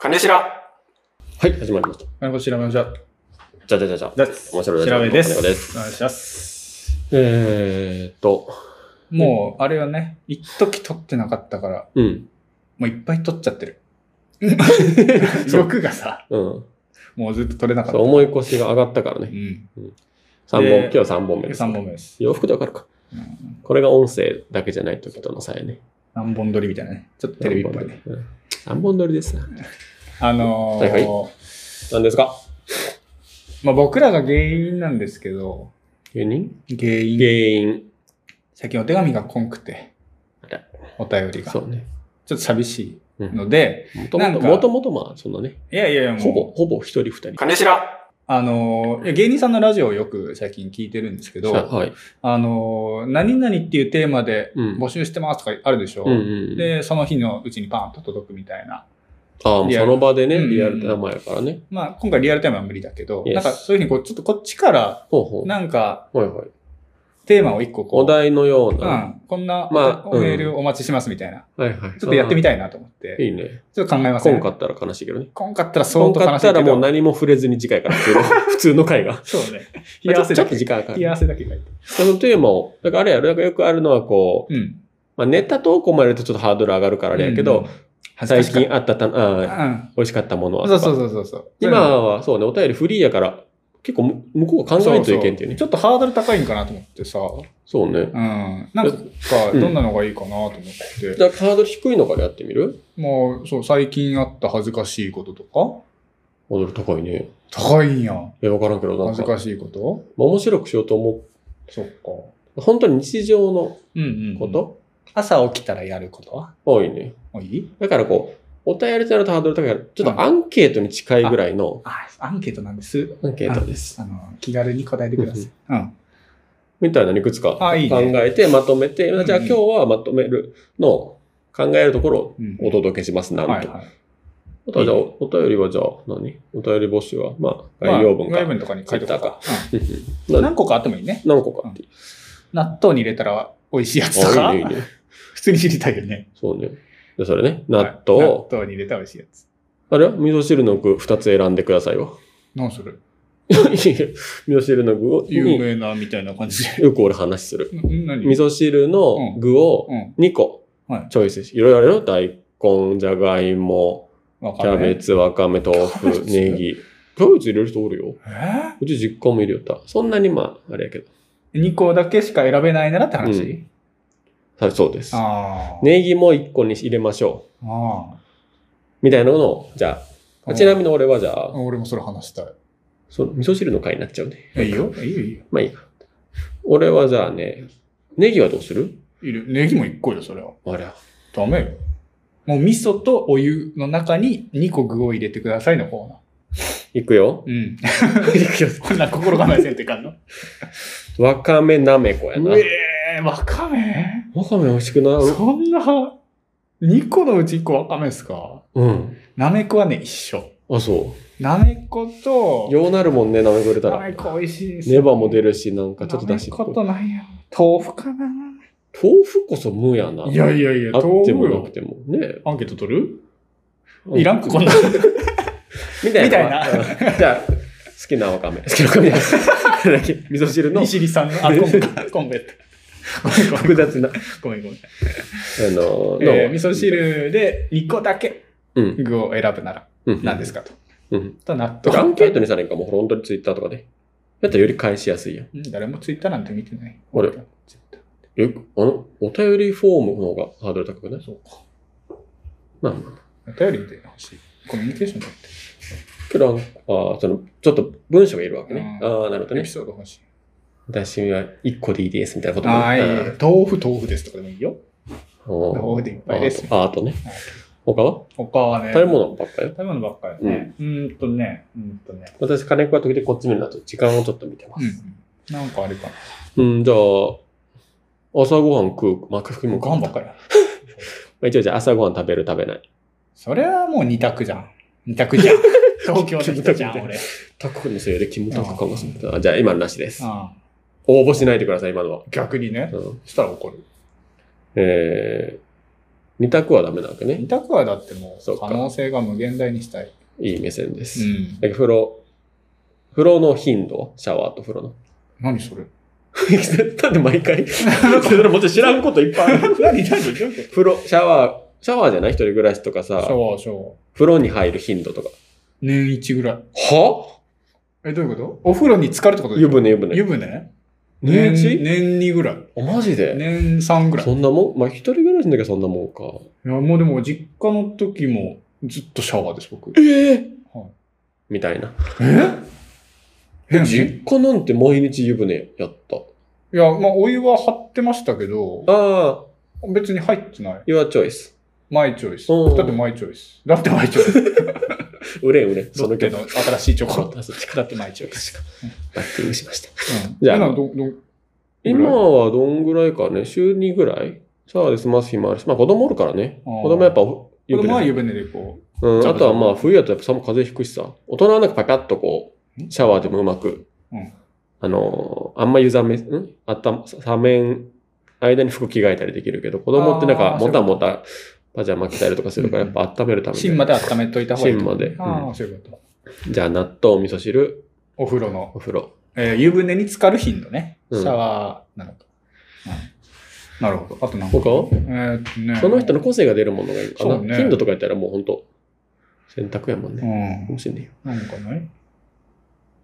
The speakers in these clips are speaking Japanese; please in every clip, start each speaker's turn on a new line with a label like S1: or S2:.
S1: 金白
S2: はい、始まりました。
S3: 金子調べましょう。
S2: じゃじゃじゃじゃ。
S3: じゃあ
S2: 面白い
S3: 調べです
S2: 金子です。
S3: お願いします。
S2: えーっと、
S3: もう、あれはね、一時取ってなかったから、
S2: うん、
S3: もういっぱい取っちゃってる。
S2: そう
S3: 欲がさ、
S2: うん。
S3: もうずっと取れなかっ
S2: そ
S3: た。
S2: う、思い越しが上がったから
S3: う
S2: ね。
S3: ん。
S2: 三本、
S3: で
S2: 今日3本目です。
S3: 3本目です。
S2: 洋服でわかるか。
S3: うん
S2: これが音声だけじゃない時との差やね。
S3: 何本撮りみたいなね。ちょっとテレビっぽいね。
S2: うん。3本撮りですな。
S3: あの
S2: はい
S3: ー、
S2: 何ですか
S3: まあ僕らが原因なんですけど、
S2: 芸人
S3: 原
S2: 原
S3: 因。
S2: 因。
S3: 最近お手紙がこんくて
S2: あら、
S3: お便りが。ち
S2: そ
S3: ょっ
S2: うね。
S3: と寂しい
S2: うん
S3: ので、
S2: もと
S3: な
S2: も
S3: ん
S2: と、
S3: か
S2: もともとまあ、そんなね、
S3: いやいやいや、もう。
S2: ほぼ、ほぼ一人二人。
S1: 金白
S3: あのー、いや芸人さんのラジオをよく最近聞いてるんですけ
S2: は
S3: ど、
S2: はい。
S3: あのー、何々っていうテーマで
S2: うん
S3: 募集してますとかあるでしょ、
S2: うんうん。
S3: で、その日のうちにパーンと届くみたいな。
S2: ああ、もうその場でね、
S3: リアル
S2: リアルタイムやからね。
S3: まあ、今回リアルタイムは無理だけど、
S2: Yes
S3: なんかそういうふうにこう、ちょっとこっちから、
S2: ほうほう。
S3: なんか
S2: はいはい。
S3: テーマを一個こう、
S2: お題のよう
S3: う
S2: な。
S3: ん、こんな、
S2: まあ
S3: お
S2: うん
S3: メールお待ちしますみたいな。
S2: はいはい。
S3: ちょっとやってみ
S2: た
S3: たいなと思って、
S2: いいね。
S3: ちょっと考えます
S2: 今
S3: ね。
S2: かったら悲しいけどね。
S3: 今回ったら
S2: そ
S3: 相
S2: う
S3: 当
S2: か
S3: 悲
S2: っ
S3: しいけ
S2: た
S3: ど。
S2: らもう何も触れずに次回から 普通の普通の回が。
S3: そうね。
S2: ち
S3: 冷や
S2: ょ
S3: 汗
S2: ちょっ
S3: だ
S2: と
S3: け。
S2: 時間かか
S3: 冷や
S2: る。
S3: 汗だけ書いて。
S2: そのテーマを、だからあれやろ、だからよくあるのはこう、
S3: うん。
S2: まあ、ネタ投稿までやるとちょっとハードル上がるからあれやけ
S3: うん
S2: ど、、
S3: 恥
S2: 最
S3: ずかし
S2: 近
S3: かっ
S2: あったた、あー
S3: た。うん。
S2: 美味しかったものはと
S3: そ
S2: か。
S3: うそうそうそうそう。
S2: 今はそうね、お便りフリーやから、結構む向こうが考えんといけんっていうね。
S3: ちょっとハードル高いんかなと思ってさ、う
S2: そうね。
S3: ん。なんか、
S2: うん
S3: どんなのがいいかなと思って、
S2: じゃあハードル低いのからやってみる
S3: もう、そう、最近あった恥ずかしいこととか
S2: ハードル高いね。
S3: 高いんや。
S2: いや、わからんけど、なん
S3: 恥ず
S2: か、まあ
S3: かしいこと
S2: 面白くしようと思
S3: そっか。
S2: う。本当に日常の
S3: うんうんうん
S2: こと、
S3: 朝起きたらやることは
S2: 多いね。
S3: もういい
S2: だからこう、お便りとなるとハードル高いから、ちょっ
S3: うん
S2: とアンケートに近いぐらいの、
S3: あ、アンケートなんです。
S2: アンケートです。
S3: あの、気軽に答えてください。 うん。
S2: みたいなのいくつか考
S3: あいいね
S2: えてまとめて、
S3: うん
S2: じゃあ今日はまとめるのを考えるところを
S3: うん
S2: お届けします、なんと。
S3: はいはい。
S2: あとはじゃあおお便りはじゃあ何お便り募集は、まあ、概要文
S3: まあ
S2: か。
S3: 概要文とかに書いておこうか。
S2: うん
S3: うん
S2: な
S3: 何個かあってもいいね。
S2: 何個かっていう。
S3: 納豆に入れたら美味しい やつと
S2: あ
S3: か
S2: いい。ね、いいね。
S3: 普通に知りたいよね。
S2: そうね。で、それね。納豆、
S3: はい納豆に入れたら美味しいやつ。
S2: あれは味噌汁の具2つ選んでくださいよ。
S3: 何それ
S2: いや 味噌汁の具を、
S3: 有
S2: に
S3: 名なみたいな感じで。
S2: よく俺話する。
S3: ん 何
S2: 味噌汁の具を、
S3: うん。
S2: 2個
S3: はい
S2: チョイスし、いろいろあるよ。大根、じゃがいも、
S3: わ
S2: キ
S3: か
S2: ャ
S3: る、
S2: ベ
S3: ね。
S2: ツ、わかめ、豆腐
S3: キャ、ベツ
S2: ネギ。キャベツ入れる人おるよ。
S3: え
S2: うち実家もいるよった。そんなにまあ、あれやけど。
S3: ー、?2 個だけしか選べないならって話、
S2: うんはい、そうです。
S3: あー
S2: ネギも1個に入れましょう。
S3: あ
S2: みたいなのを、じゃあ。
S3: ー。
S2: ちなみに俺はじゃあ、
S3: 俺もそれ話したい。
S2: その味噌汁の回になっちゃうね。
S3: えいいよ。いいよ、いいよ。
S2: まあいいか。俺はじゃあね、ネギはどうする
S3: いる。ネギも1個よ、それは。
S2: あれや
S3: ダメよ。もう味噌とお湯の中に2個具を入れてくださいのコーナー。
S2: いくよ。
S3: うん。こんな心構えせんといかんの
S2: わかめなめこやな。
S3: うえー、わかめ
S2: わかめ美味しくない
S3: そんな、2個のうち1個わかめですか
S2: うん。
S3: なめこはね、一緒。
S2: あ、そ
S3: なめこと
S2: う。、ようなるもんね、なめこ入れたら
S3: な。めこ美味しいです
S2: ネバも出
S3: る
S2: るし、なんかちょっとだしっぽ
S3: こ
S2: い。
S3: とないや豆腐かな
S2: 豆腐こそ無やな。
S3: いやいやいや、
S2: あっ
S3: 豆
S2: て
S3: 腐
S2: もなく
S3: よ。
S2: ても。ね
S3: アンケート取るいらんかこんな。
S2: みたいな。
S3: みたいな
S2: うんじゃあ、好きなわかめ。好きなわかめ。 味噌汁 の
S3: 西里さんの、あ、コンボ、コン ボやった。
S2: 複雑な。あ
S3: ごめんごめん。ごめんごめん。
S2: の、
S3: えー
S2: の
S3: 味噌。汁で2個だけ
S2: うん。
S3: 具を選ぶなら
S2: うん。
S3: 何ですかと。
S2: うん。
S3: と納豆。
S2: アンケートにされんかも、ほら本当にツイッターとかで。やったらより返しやすいやん。
S3: うん誰もツイッターなんて見てない。
S2: 俺
S3: 絶対
S2: よく、あの、お便りフォームの方がハードル高くない
S3: そうか。
S2: まあまあ。
S3: お便りみたいな欲しい。コミュニケーションだって。
S2: けど、あのあーその、ちょっと文章がいるわけね。
S3: う
S2: ああ、なるほど
S3: エ
S2: ね
S3: ピ。ソード欲しい。
S2: 私は1個でいいです、みたいなことも。
S3: ああ、いい
S2: うん。
S3: 豆腐、豆腐ですとかでもいいよ。
S2: おー
S3: 豆腐でいっぱいです。
S2: ああとね
S3: はい。
S2: 他は
S3: 他はね。
S2: 食べ。物ばっかよ。
S3: 食べ物ばっかりね。うーんとね。うーんとね。
S2: 私、金子は時々こっち見るなと、時間をちょっと見てま
S3: う
S2: す。
S3: ん。なんかあれかな。
S2: うん、じゃあ、朝ごはん食う。まあ、食うも
S3: ご飯ばっ
S2: か。
S3: かりだ。
S2: まあ一応、じゃあ朝ごはん食べる、食べない。
S3: それはもう二択じゃん。二択 じゃん。東京の人 じゃん、俺。
S2: タクのせいでキムタク感がする。あじゃあ、今のなしです。
S3: ああ
S2: 応募しないでください、今のは。
S3: 逆にね。
S2: うん、
S3: そしたら怒る。
S2: え二択はダメなわけね。
S3: 二択はだっても
S2: そう
S3: う
S2: か
S3: 可能性が無限大にしたい。
S2: いい目線です。
S3: うん。
S2: だけど風呂、風呂の頻度、シャワーと風呂の。
S3: 何それ
S2: なんで毎回、それもちろん知らんこといっぱいある。
S3: 何何シャ
S2: 風呂、シャワー、シャワーじゃない一人暮らしとかさ、
S3: ワー、シャワー。
S2: 風呂に入る頻度とか。
S3: 年一ぐらい。
S2: は
S3: え、どういうことお風呂に浸かるってことでし
S2: 湯
S3: ょ
S2: 船湯船。
S3: 湯船
S2: 年一
S3: 年2ぐらい。
S2: あマジで
S3: 年3ぐらい。い
S2: そんなもんまあ一人暮らしの時はそんなもんか。
S3: や、もうでも実家の時もずっとシャワーです、僕。
S2: ええ
S3: はい
S2: みたいな。
S3: え変ね
S2: 実家なんて毎日湯船やった。
S3: いや、まあお湯は張ってましたけど、
S2: ああ、
S3: 別に入ってない。
S2: your choice。
S3: マイチョイス。
S2: うん
S3: だってマイチョイス。だってマイチョイス。
S2: うれんうれん。
S3: ロ
S2: そ
S3: ッ
S2: の
S3: テ
S2: 曲。
S3: の新しいチョコ。
S2: ロッテの新しい
S3: だってマイチョイス。
S2: バッティングしました。 じ
S3: じ
S2: ゃ
S3: ゃ
S2: あ
S3: あ、ど、ど、
S2: 今はどんぐらいかね、週2ぐらいシャワーで済ます日もあるし、まあ子供おるからね。
S3: あー
S2: 子供やっぱ
S3: 子
S2: よく
S3: 供は
S2: ね、
S3: 湯船でこ
S2: うん、
S3: ちょ
S2: あ
S3: っと
S2: とはまあ冬やとやっぱ寒風邪ひくしさ。大人はなんかパカッとこ
S3: ん
S2: う、シャワーでもうまく。
S3: うん
S2: あのー、あんま湯冷め、んあった、冷めん間に服着替えたりできるけど、子供ってなんか
S3: あー
S2: もたもたパジャマ着たりとかするから、やっぱ温めるた
S3: う、
S2: め
S3: 芯
S2: に。
S3: まで温めといた方がいいと。
S2: 芯までうん
S3: ああ、そういうこと。
S2: じゃあ納豆、味噌汁、
S3: お風呂の、
S2: お風呂。
S3: えー湯船に浸かる頻度ね。シ
S2: うん
S3: ャワーなのか。うんなるほど。あと何個
S2: 他は
S3: えーっとね。
S2: その人の個性が出るものがいいのか
S3: そう
S2: な。
S3: ね
S2: 頻度とか言ったらもう本当選択やもん
S3: う
S2: ね。か
S3: ん。
S2: もしんないよ。
S3: なんかない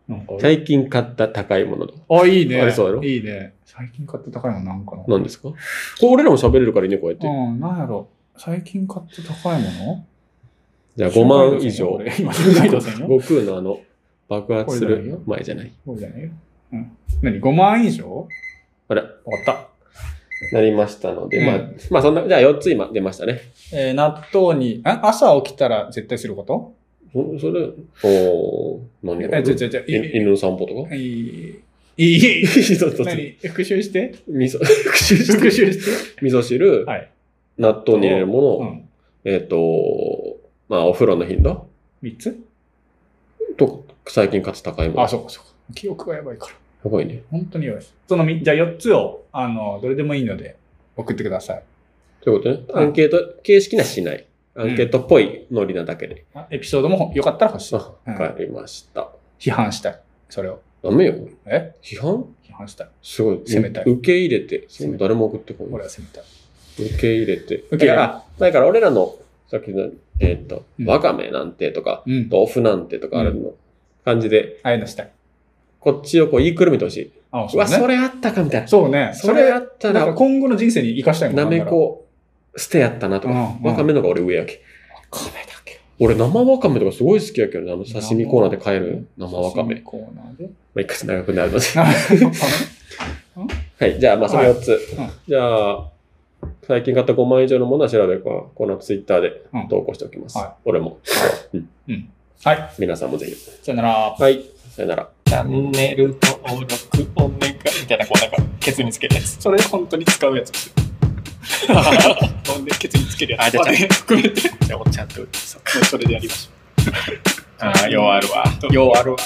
S3: なんかある
S2: 最近買った高いものとか。
S3: あ、いいね。
S2: ありそうやろ
S3: いいね。最近買って高いのなんかな。
S2: 何ですかこれ俺らも喋れるからいいね、こうやって。
S3: うん、なんやろ。最近買って高いもの
S2: じゃあ5万以上。
S3: 紹介度線よこれ今、紹介度線よ
S2: 悟空のあの、爆発す
S3: これ何
S2: る
S3: よ
S2: 前じゃない。
S3: そうじゃないよ。うん。何 ?5 万以上終
S2: あれ、
S3: わった。
S2: なりましたので、
S3: うん
S2: まあ、まあそんな、じゃあ4つ今出ましたね。
S3: えー納豆に、あ朝起きたら絶対すること
S2: おそれ、おー何
S3: え、
S2: が
S3: 違う違う
S2: い
S3: 違
S2: 犬の散歩とか
S3: う。いい。いい。い い。
S2: そうそうそう味
S3: 何復習して
S2: 噌、 復習して
S3: 復習して
S2: 味噌汁、
S3: はい
S2: 納豆に入れるもの、
S3: うん。
S2: えっ、と、まあお風呂の頻度
S3: 3つ
S2: と、最近かつ高いもの。
S3: あ、そうかそうか。記憶がやばいから。
S2: やばいね。
S3: 本当にやばいです。そのみ、じゃあ4つを、あの、どれでもいいので送ってください。
S2: ということね。アンケート、形式なしない。アンケートっぽいノリなだけで。
S3: あエピソードもよかったら欲しい。
S2: あ、わかりました。
S3: 批判したい。それを。
S2: ダメよ。
S3: え
S2: 批判
S3: 批判したい。
S2: すごい。
S3: 攻めたい
S2: 受け入れて。そ
S3: 攻め
S2: う誰も送ってこない。
S3: 俺は責めたい。
S2: 受け入れて。
S3: 受け入れ
S2: だから、だから俺らの、さっきの、えーっと、
S3: うん
S2: わかめなんてとか、
S3: うん。
S2: 豆腐なんてとかあるの、感じで、
S3: ああいうのしたい。
S2: こっちをこう言いくるめてほしい。
S3: あ、
S2: う
S3: そう
S2: わ、そ
S3: ね。
S2: れあったかみたいな。
S3: そうね。そ
S2: それあ
S3: れ、
S2: った、
S3: なんから今後の人生に生かしたいもん
S2: なめ。こ、捨てやったなとか。
S3: うんうん
S2: わかめのが俺上やけ。
S3: カメだけ。
S2: 俺生わかめとかすごい好きやけどね、あの刺身コーナーで買える生わかめ。
S3: コーナーで。
S2: まあ、一回長くなるので。
S3: は
S2: はい。じゃあ、まあ、その4つ。
S3: はいうん
S2: じゃあ、最近買った5万以上のものは調べるか、このツイッターで
S3: うん
S2: 投稿しておきます。
S3: は
S2: 俺も。うん。
S3: い。
S2: 皆さんもぜひ。
S3: さよなら。
S2: はい。さよなら。
S3: チャンネル登録お願い。みたいな、こうなんか、ケツにつけるやつ。それ本当に使うやつ。 飲んでケツにつけるやつ。
S1: あじゃあ
S3: まね含めて。
S1: じゃあお茶と、そう
S3: もうそれでやりましょう。
S1: ああ、ようあるわ。ようあるわ。